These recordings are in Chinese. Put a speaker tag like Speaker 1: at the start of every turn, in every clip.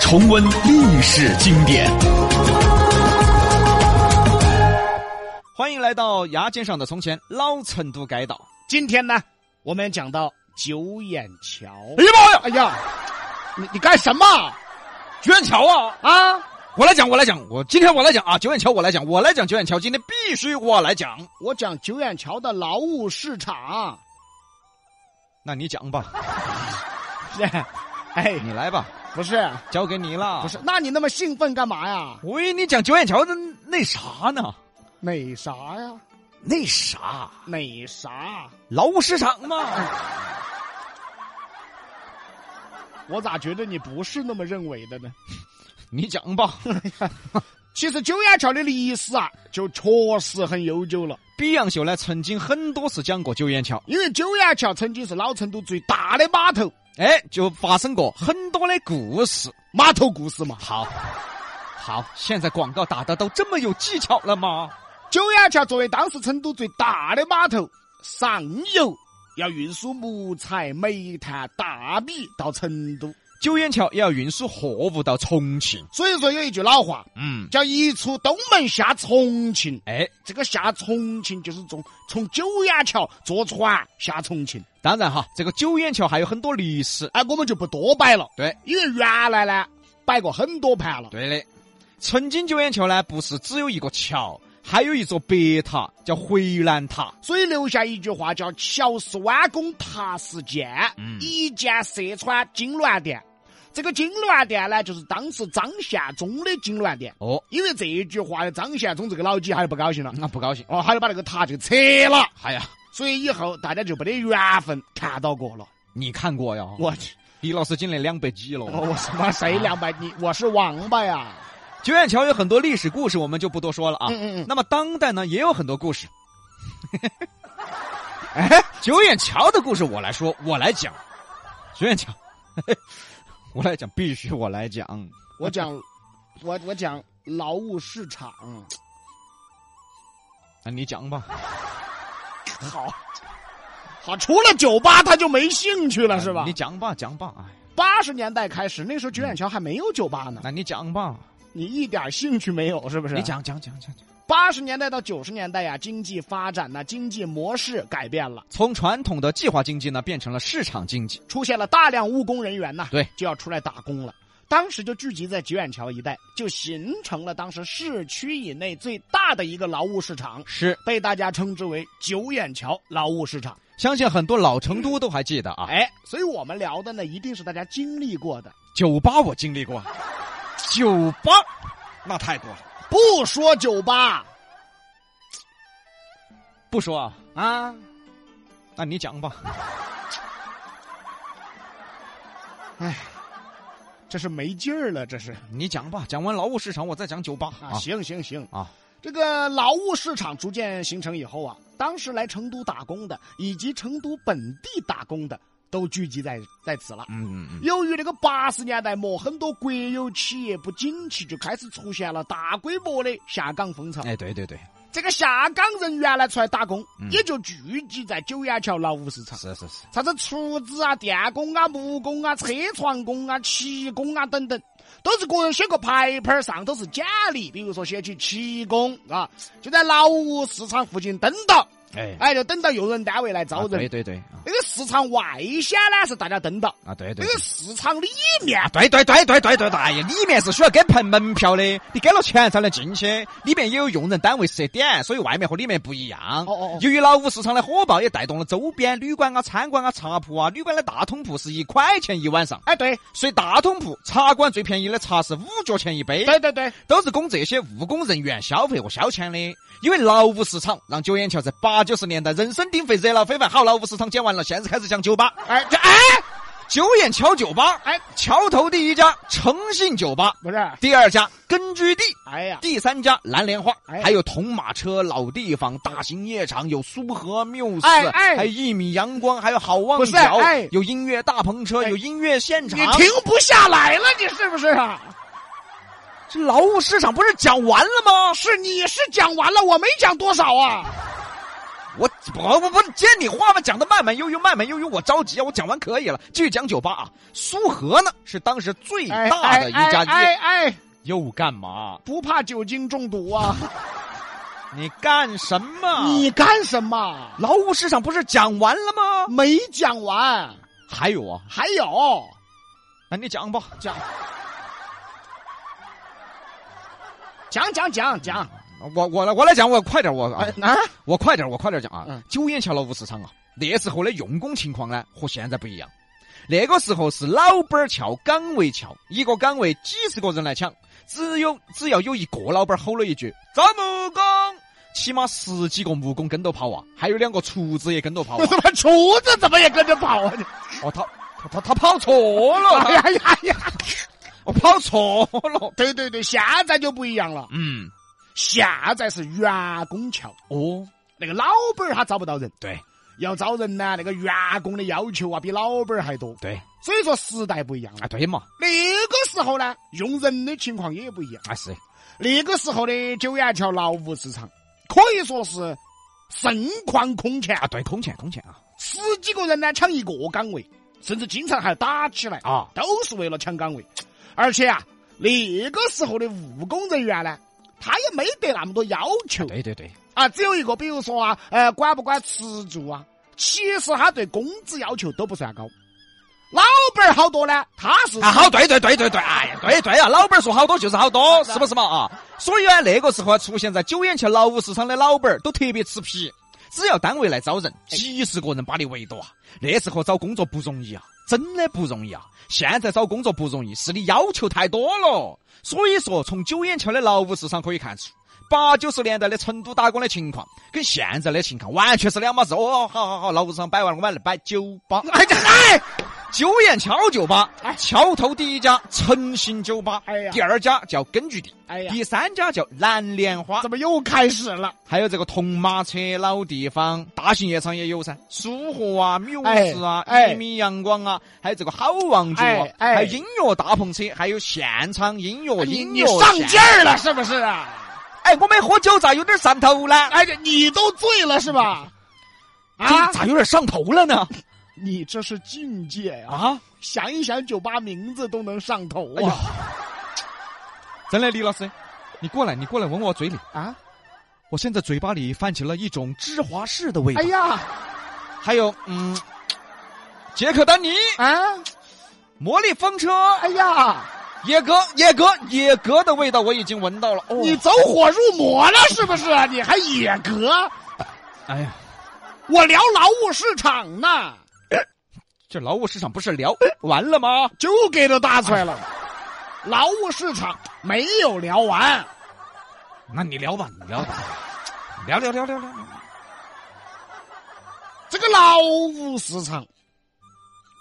Speaker 1: 重温历史经典。
Speaker 2: 欢迎来到牙尖上的从前，老成都街道。
Speaker 3: 今天呢，我们讲到九眼桥。
Speaker 2: 哎呀妈呀，
Speaker 3: 哎呀，你你干什么
Speaker 2: 九眼桥啊！
Speaker 3: 啊？
Speaker 2: 我来讲，我来讲，我今天我来讲啊，九眼桥我来讲，我来讲九眼桥，今天必须我来讲。
Speaker 3: 我讲九眼桥的劳务市场。
Speaker 2: 那你讲吧，
Speaker 3: 哎，
Speaker 2: 你来吧，
Speaker 3: 不是
Speaker 2: 交给你了。
Speaker 3: 不是，，那你那么兴奋干嘛呀？
Speaker 2: 我以为你讲九眼桥的那啥呢？
Speaker 3: 哪啥呀？
Speaker 2: 那啥，
Speaker 3: 哪啥？
Speaker 2: 劳务市场嘛。
Speaker 3: 我咋觉得你不是那么认为的呢？
Speaker 2: 你讲吧，
Speaker 3: 其实九眼桥的历史啊，就确实很悠久了。
Speaker 2: 比杨秀呢曾经很多次讲过九眼桥，
Speaker 3: 因为九眼桥曾经是老成都最大的码头，
Speaker 2: 哎，就发生过很多的故事。
Speaker 3: 码头故事嘛。
Speaker 2: 好，好，现在广告打的都这么有技巧了吗？
Speaker 3: 九眼桥作为当时成都最大的码头，上游要运输木材、煤炭、大米到成都，
Speaker 2: 九眼桥也要运输货物到重庆。
Speaker 3: 所以说有一句老话
Speaker 2: 嗯，
Speaker 3: 叫“一出东门下重庆
Speaker 2: 哎，”，
Speaker 3: 这个下重庆就是从从九眼桥坐船下重庆。
Speaker 2: 当然哈，这个九眼桥还有很多历史。
Speaker 3: 哎，我们就不多摆了，
Speaker 2: 对，
Speaker 3: 因为原来呢摆过很多盘了。
Speaker 2: 对的，曾经九眼桥呢不是只有一个桥，还有一座白塔叫回南塔。
Speaker 3: 所以留下一句话叫“桥是弯弓塔是箭，一箭射穿金銮殿”。这个金銮殿呢，就是当时张献忠的金銮殿。
Speaker 2: 哦，
Speaker 3: 因为这一句话呢，张献忠这个老几还是不高兴了，
Speaker 2: 那不高兴。
Speaker 3: 哦，他就把那个塔就撤了，
Speaker 2: 哎呀，
Speaker 3: 所以以后大家就没得缘分看到过了。
Speaker 2: 你看过呀？
Speaker 3: 我去，
Speaker 2: 李老师今年两百几了。
Speaker 3: 哦我什么谁两百你我是王八呀！
Speaker 2: 九眼桥有很多历史故事，我们就不多说了啊。
Speaker 3: 嗯嗯嗯
Speaker 2: 那么当代呢，也有很多故 事。哎，九眼桥的故事我来说，我来讲。九眼桥， 我来讲，必须我来讲。
Speaker 3: 我讲， 我我讲劳务市场，
Speaker 2: 那你讲吧，
Speaker 3: 好，好，除了酒吧他就没兴趣了是吧？
Speaker 2: 你讲吧，讲吧，哎，
Speaker 3: 八十年代开始，那时候九眼桥还没有酒吧呢，
Speaker 2: 嗯那你讲吧，
Speaker 3: 你一点兴趣没有是不是？
Speaker 2: 你讲讲讲讲讲。
Speaker 3: 八十年代到九十年代呀、经济发展呢、经济模式改变了，
Speaker 2: 从传统的计划经济呢，变成了市场经济。
Speaker 3: 出现了大量务工人员呐，
Speaker 2: 对，
Speaker 3: 就要出来打工了。当时就聚集在九眼桥一带，就形成了当时市区以内最大的一个劳务市场，
Speaker 2: 是，
Speaker 3: 被大家称之为九眼桥劳务市场。
Speaker 2: 相信很多老成都都还记得啊。
Speaker 3: 哎，所以我们聊的呢，一定是大家经历过的。
Speaker 2: 酒吧我经历 过，酒吧那太多了。
Speaker 3: 不说酒吧
Speaker 2: 不说啊，
Speaker 3: 啊，
Speaker 2: 那你讲吧。
Speaker 3: 这是没劲儿了，这是。
Speaker 2: 你讲吧，讲完劳务市场，我再讲酒吧
Speaker 3: 啊，行行行
Speaker 2: 啊，
Speaker 3: 这个劳务市场逐渐形成以后啊，当时来成都打工的以及成都本地打工的都聚集在在此了。
Speaker 2: 嗯嗯
Speaker 3: 由于这个八十年代末，很多国有企业不景气，就开始出现了大规模的下岗风潮
Speaker 2: 嗯，。哎，对对对，
Speaker 3: 这个下岗人员呢出来打工，
Speaker 2: 嗯
Speaker 3: 也就聚集在九眼桥劳务市场。
Speaker 2: 是是是，
Speaker 3: 啥子厨子啊、电工啊、木工啊、车床工啊、漆工啊等等，都是个人写个牌牌儿上都是简历，比如说写起漆工啊，就在劳务市场附近登到，
Speaker 2: 哎，
Speaker 3: 哎，就等到用人单位来招
Speaker 2: 啊对
Speaker 3: 人。
Speaker 2: 对对啊
Speaker 3: 那个市场外显呢是大家登到，
Speaker 2: 啊，对
Speaker 3: 那
Speaker 2: 对
Speaker 3: 个
Speaker 2: 对
Speaker 3: 市场里面
Speaker 2: 啊，对对对对对对对，哎呀，里面是需要给盆门票的，你给了钱才能进去，里面也有用人单位设点，所以外面和里面不一样。
Speaker 3: 哦哦哦
Speaker 2: 由于劳务市场的火爆，也带动了周边旅馆啊、餐馆啊、茶铺啊，旅馆的大通铺是一块钱一晚上，
Speaker 3: 哎，对
Speaker 2: 所以大通铺茶馆最便宜的茶是五角钱一杯。
Speaker 3: 对对对，
Speaker 2: 都是供这些务工人员消费和消遣的。因为劳务市场让九眼桥在八九十年代人声鼎沸、热闹非凡。好，劳务市场讲完了，现在开始讲酒吧。
Speaker 3: 哎这哎，
Speaker 2: 九眼桥酒吧，
Speaker 3: 哎
Speaker 2: 哎，桥头第一家诚信酒吧，
Speaker 3: 不是？
Speaker 2: 第二家根据地，
Speaker 3: 哎呀，
Speaker 2: 第三家蓝莲花，
Speaker 3: 哎
Speaker 2: 还有铜马车、老地方、大型夜场，有苏荷缪斯，
Speaker 3: 哎哎
Speaker 2: 还有一米阳光，还有好望
Speaker 3: 不是
Speaker 2: 角，
Speaker 3: 哎
Speaker 2: 有音乐大篷车，
Speaker 3: 哎
Speaker 2: 有音乐现
Speaker 3: 你
Speaker 2: 场。
Speaker 3: 停不下来了，你是不是啊？
Speaker 2: 这劳务市场不是讲完了吗？
Speaker 3: 是你是讲完了，我没讲多少啊？
Speaker 2: 我我我我接你话嘛，讲的慢慢悠悠，慢慢悠悠，我着急啊！我讲完可以了，继续讲酒吧啊。苏荷呢是当时最大的一
Speaker 3: 哎哎
Speaker 2: 家店，
Speaker 3: 哎哎，
Speaker 2: 又干嘛？
Speaker 3: 不怕酒精中毒啊？
Speaker 2: 你干什么？
Speaker 3: 你干什么？
Speaker 2: 劳务市场不是讲完了吗？
Speaker 3: 没讲完，
Speaker 2: 还有啊，
Speaker 3: 还有
Speaker 2: 那你讲吧，
Speaker 3: 讲讲讲讲讲
Speaker 2: 我我来我来讲，我快点，我啊
Speaker 3: 哎啊！
Speaker 2: 我快点，我快点讲啊！
Speaker 3: 嗯
Speaker 2: 九眼桥劳务市场啊，那时候的用工情况呢和现在不一样。那个时候是老板儿撬岗位撬，一个岗位几十个人来抢，只有只要有一个老板儿吼了一句“招木工”，起码十几个木工跟着跑啊，还有两个厨子也跟着跑啊
Speaker 3: 我。他妈厨子怎么也跟着跑啊？
Speaker 2: 哦，他他他他跑错了，
Speaker 3: 哎
Speaker 2: 他
Speaker 3: 呀呀呀！
Speaker 2: 我哦跑错了。
Speaker 3: 对对对，现在就不一样了，
Speaker 2: 嗯，
Speaker 3: 现在是员工桥，
Speaker 2: 哦，
Speaker 3: 那个老板儿他招不到人，
Speaker 2: 对
Speaker 3: 要招人呢，那个员工的要求啊比老板儿还多，
Speaker 2: 对
Speaker 3: 所以说时代不一样了
Speaker 2: 啊，。对嘛，
Speaker 3: 那个时候呢，用人的情况也不一样。
Speaker 2: 啊是，
Speaker 3: 那个时候的九眼桥劳务市场可以说是盛况空前
Speaker 2: 啊，对，空前空前啊
Speaker 3: 十几个人呢抢一个岗位，甚至经常还打起来，
Speaker 2: 啊，
Speaker 3: 都是为了抢岗位。而且啊，那个时候的务工人员呢，他也没得那么多要求
Speaker 2: 对对对，
Speaker 3: 啊，只有一个，比如说啊，呃，管不管吃住啊，其实他对工资要求都不算高。老板儿好多呢，他是
Speaker 2: 啊，好，对对对对对，哎呀，对对啊，老板儿说好多就是好多，是不是嘛啊？所以呢，那个时候啊，出现在九眼桥劳务市场的老板儿都特别吃皮，只要单位来招人，几十个人把你围堵啊。那时候找工作不容易啊，真的不容易啊。现在找工作不容易，是你要求太多了。所以说，从九眼桥的劳务市场可以看出。八九十年代的成都打工的情况，跟现在的情况完全是两码事。哦，好好好，劳务市场摆完了，我们来摆酒 吧。
Speaker 3: 哎哎，
Speaker 2: 九眼桥酒吧
Speaker 3: 哎，
Speaker 2: 桥头第一家诚信酒吧，
Speaker 3: 哎呀
Speaker 2: 第二家叫根据地，
Speaker 3: 哎呀
Speaker 2: 第三家叫蓝莲花
Speaker 3: 怎，么又开始了？
Speaker 2: 还有这个铜马车老地方，大型夜场也有噻，苏荷啊、缪
Speaker 3: 哎
Speaker 2: 斯啊、
Speaker 3: 哎
Speaker 2: 一米阳光啊，还有这个好望角啊
Speaker 3: 哎，哎
Speaker 2: 还有音乐大篷车，还有现场音乐，
Speaker 3: 你
Speaker 2: 音
Speaker 3: 哎你
Speaker 2: 乐
Speaker 3: 上
Speaker 2: 现
Speaker 3: 劲儿了是不是啊？
Speaker 2: 哎，我没喝酒咋有点上头呢？
Speaker 3: 哎，这你都醉了是吧？啊
Speaker 2: 这，咋有点上头了呢？
Speaker 3: 你这是境界啊！
Speaker 2: 啊，
Speaker 3: 想一想酒吧名字都能上头
Speaker 2: 哎呀
Speaker 3: 啊！，
Speaker 2: 真的，李老师，你过来，你过来闻我嘴里。
Speaker 3: 啊，
Speaker 2: 我现在嘴巴里泛起了一种芝华士的味道，
Speaker 3: 哎呀，
Speaker 2: 还有嗯，杰克丹尼、
Speaker 3: 啊，
Speaker 2: 魔力风车、
Speaker 3: 哎呀，
Speaker 2: 野格、野格、野格的味道我已经闻到了。哦，
Speaker 3: 你走火入魔了是不是啊？你还野格？
Speaker 2: 哎呀，
Speaker 3: 我聊劳务市场呢，
Speaker 2: 这劳务市场不是聊完了吗？
Speaker 3: 就给他打出来了。啊劳务市场没有聊完，
Speaker 2: 那你聊吧，你聊吧，聊聊聊聊聊。
Speaker 3: 这个劳务市场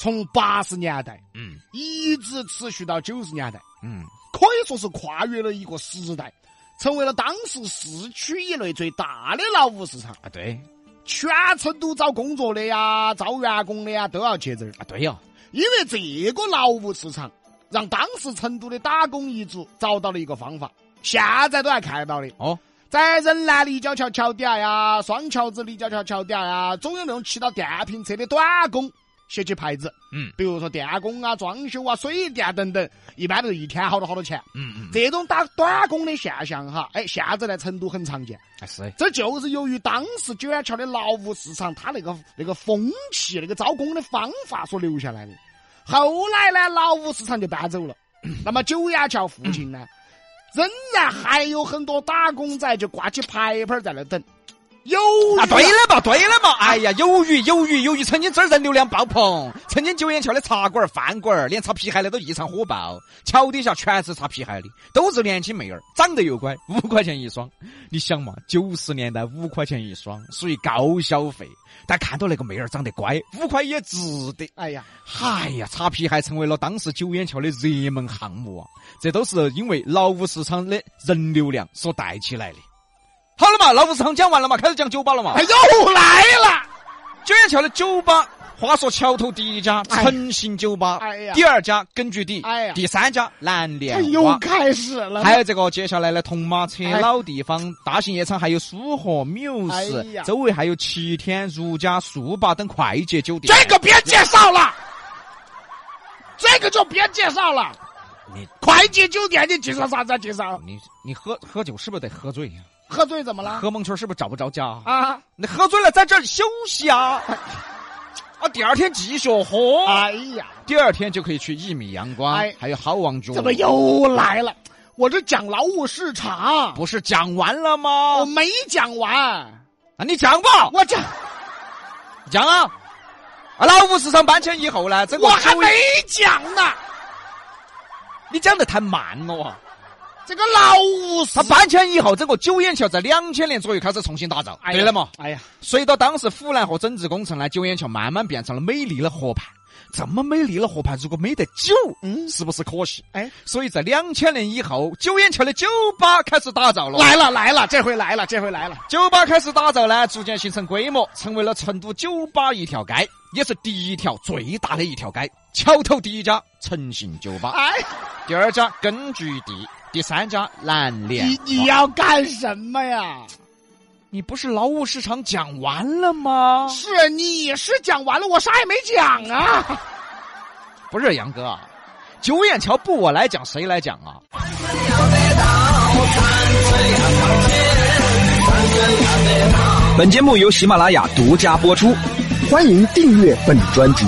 Speaker 3: 从八十年代
Speaker 2: 嗯
Speaker 3: 一直持续到九十年代。
Speaker 2: 嗯，
Speaker 3: 可以说是跨越了一个时代，成为了当时市区以内最大的劳务市场。
Speaker 2: 啊对
Speaker 3: 全成都找工作的呀，招员工的呀，都要去这儿，
Speaker 2: 啊对呀、
Speaker 3: 因为这个劳务市场让当时成都的打工一族找到了一个方法，现在都还看到的。
Speaker 2: 哦，
Speaker 3: 在仁南立交桥桥底下呀，双桥子立交桥桥底下呀，总有那种骑到电瓶车的短工写起牌子，
Speaker 2: 嗯
Speaker 3: 比如说电工啊、装修啊、水电等等，一般都是一天好多好多钱。
Speaker 2: 嗯嗯，
Speaker 3: 这种打短工的现象哈，哎，现在在成都很常见。
Speaker 2: 啊是
Speaker 3: 这就是由于当时九眼桥的劳务市场，它那个那个风气、那个招工的方法所留下来的。后来呢，劳务市场就搬走了。那么九眼桥附近呢，仍然还有很多打工仔就挂起牌牌儿在那等。有
Speaker 2: 啊，对了嘛，对了嘛，哎呀，鱿鱼，鱿鱼，鱿鱼曾经这儿人流量爆棚，曾经九眼桥的茶馆儿、饭馆儿，连擦皮鞋的都异常火爆，桥底下全是擦皮鞋的，都是年轻妹儿，长得又乖，五块钱一双。你想嘛，九十年代五块钱一双属于高消费，但看到那个妹儿长得乖，五块也值得。
Speaker 3: 哎呀，
Speaker 2: 哎呀，擦皮鞋成为了当时九眼桥的热门项目啊！这都是因为劳务市场的人流量所带起来的。好了嘛，劳务市场讲完了嘛，开始讲酒吧了嘛。
Speaker 3: 哎，又来了，
Speaker 2: 九眼桥的酒吧，话说桥头第一家
Speaker 3: 哎
Speaker 2: 诚信酒吧，
Speaker 3: 哎呀
Speaker 2: 第二家根据地，
Speaker 3: 哎呀
Speaker 2: 第三家蓝
Speaker 3: 他
Speaker 2: 莲
Speaker 3: 哎又
Speaker 2: 花。
Speaker 3: 开始了。
Speaker 2: 还有这个，接下来的铜马车、
Speaker 3: 哎
Speaker 2: 老地方、大型夜场，还有苏荷、缪
Speaker 3: 哎
Speaker 2: 斯、
Speaker 3: 呀
Speaker 2: 周围还有七天、如家、速八等快捷酒店。
Speaker 3: 这个别介绍了，这个就别介绍了。
Speaker 2: 你
Speaker 3: 快捷酒店，你介绍啥子？介绍
Speaker 2: 你你喝喝酒是不是得喝醉呀、
Speaker 3: 喝醉怎么了？
Speaker 2: 喝蒙圈是不是找不着家？
Speaker 3: 啊！
Speaker 2: 你喝醉了在这儿休息 啊！啊，第二天继续喝，
Speaker 3: 哎呀，
Speaker 2: 第二天就可以去一米阳光，
Speaker 3: 哎
Speaker 2: 还有好望角。
Speaker 3: 怎么又来了？我这讲劳务市场，
Speaker 2: 不是讲完了吗？
Speaker 3: 我没讲完，
Speaker 2: 啊，你讲吧，
Speaker 3: 我讲
Speaker 2: 讲啊！啊，劳务市场搬迁以后呢，整个
Speaker 3: 我还
Speaker 2: 九
Speaker 3: 没讲呢。
Speaker 2: 你讲的太慢了哇！
Speaker 3: 这个劳务市
Speaker 2: 它搬迁以后，整个九眼桥在两千年左右开始重新打造，
Speaker 3: 哎呀
Speaker 2: 对了嘛？
Speaker 3: 哎呀，
Speaker 2: 随着当时湖南和整治工程呢，九眼桥慢慢变成了美丽的河畔。这么美丽的河畔，如果没得酒，
Speaker 3: 嗯
Speaker 2: 是不是可惜？
Speaker 3: 哎，
Speaker 2: 所以在两千年以后，九眼桥的酒吧开始打造了。
Speaker 3: 来了来了，这回来了，这回来了。
Speaker 2: 酒吧开始打造呢，逐渐形成规模，成为了成都酒吧一条街，也是第一条最大的一条街。桥头第一家诚信酒吧，
Speaker 3: 哎，
Speaker 2: 第二家根据地，第三家蓝莲
Speaker 3: 你你
Speaker 2: 花
Speaker 3: 要干什么呀？
Speaker 2: 你不是劳务市场讲完了吗？
Speaker 3: 是你是讲完了，我啥也没讲啊。
Speaker 2: 不是杨哥，啊，九眼桥不我来讲，谁来讲啊？
Speaker 1: 本节目由喜马拉雅独家播出。
Speaker 4: 欢迎订阅本专辑。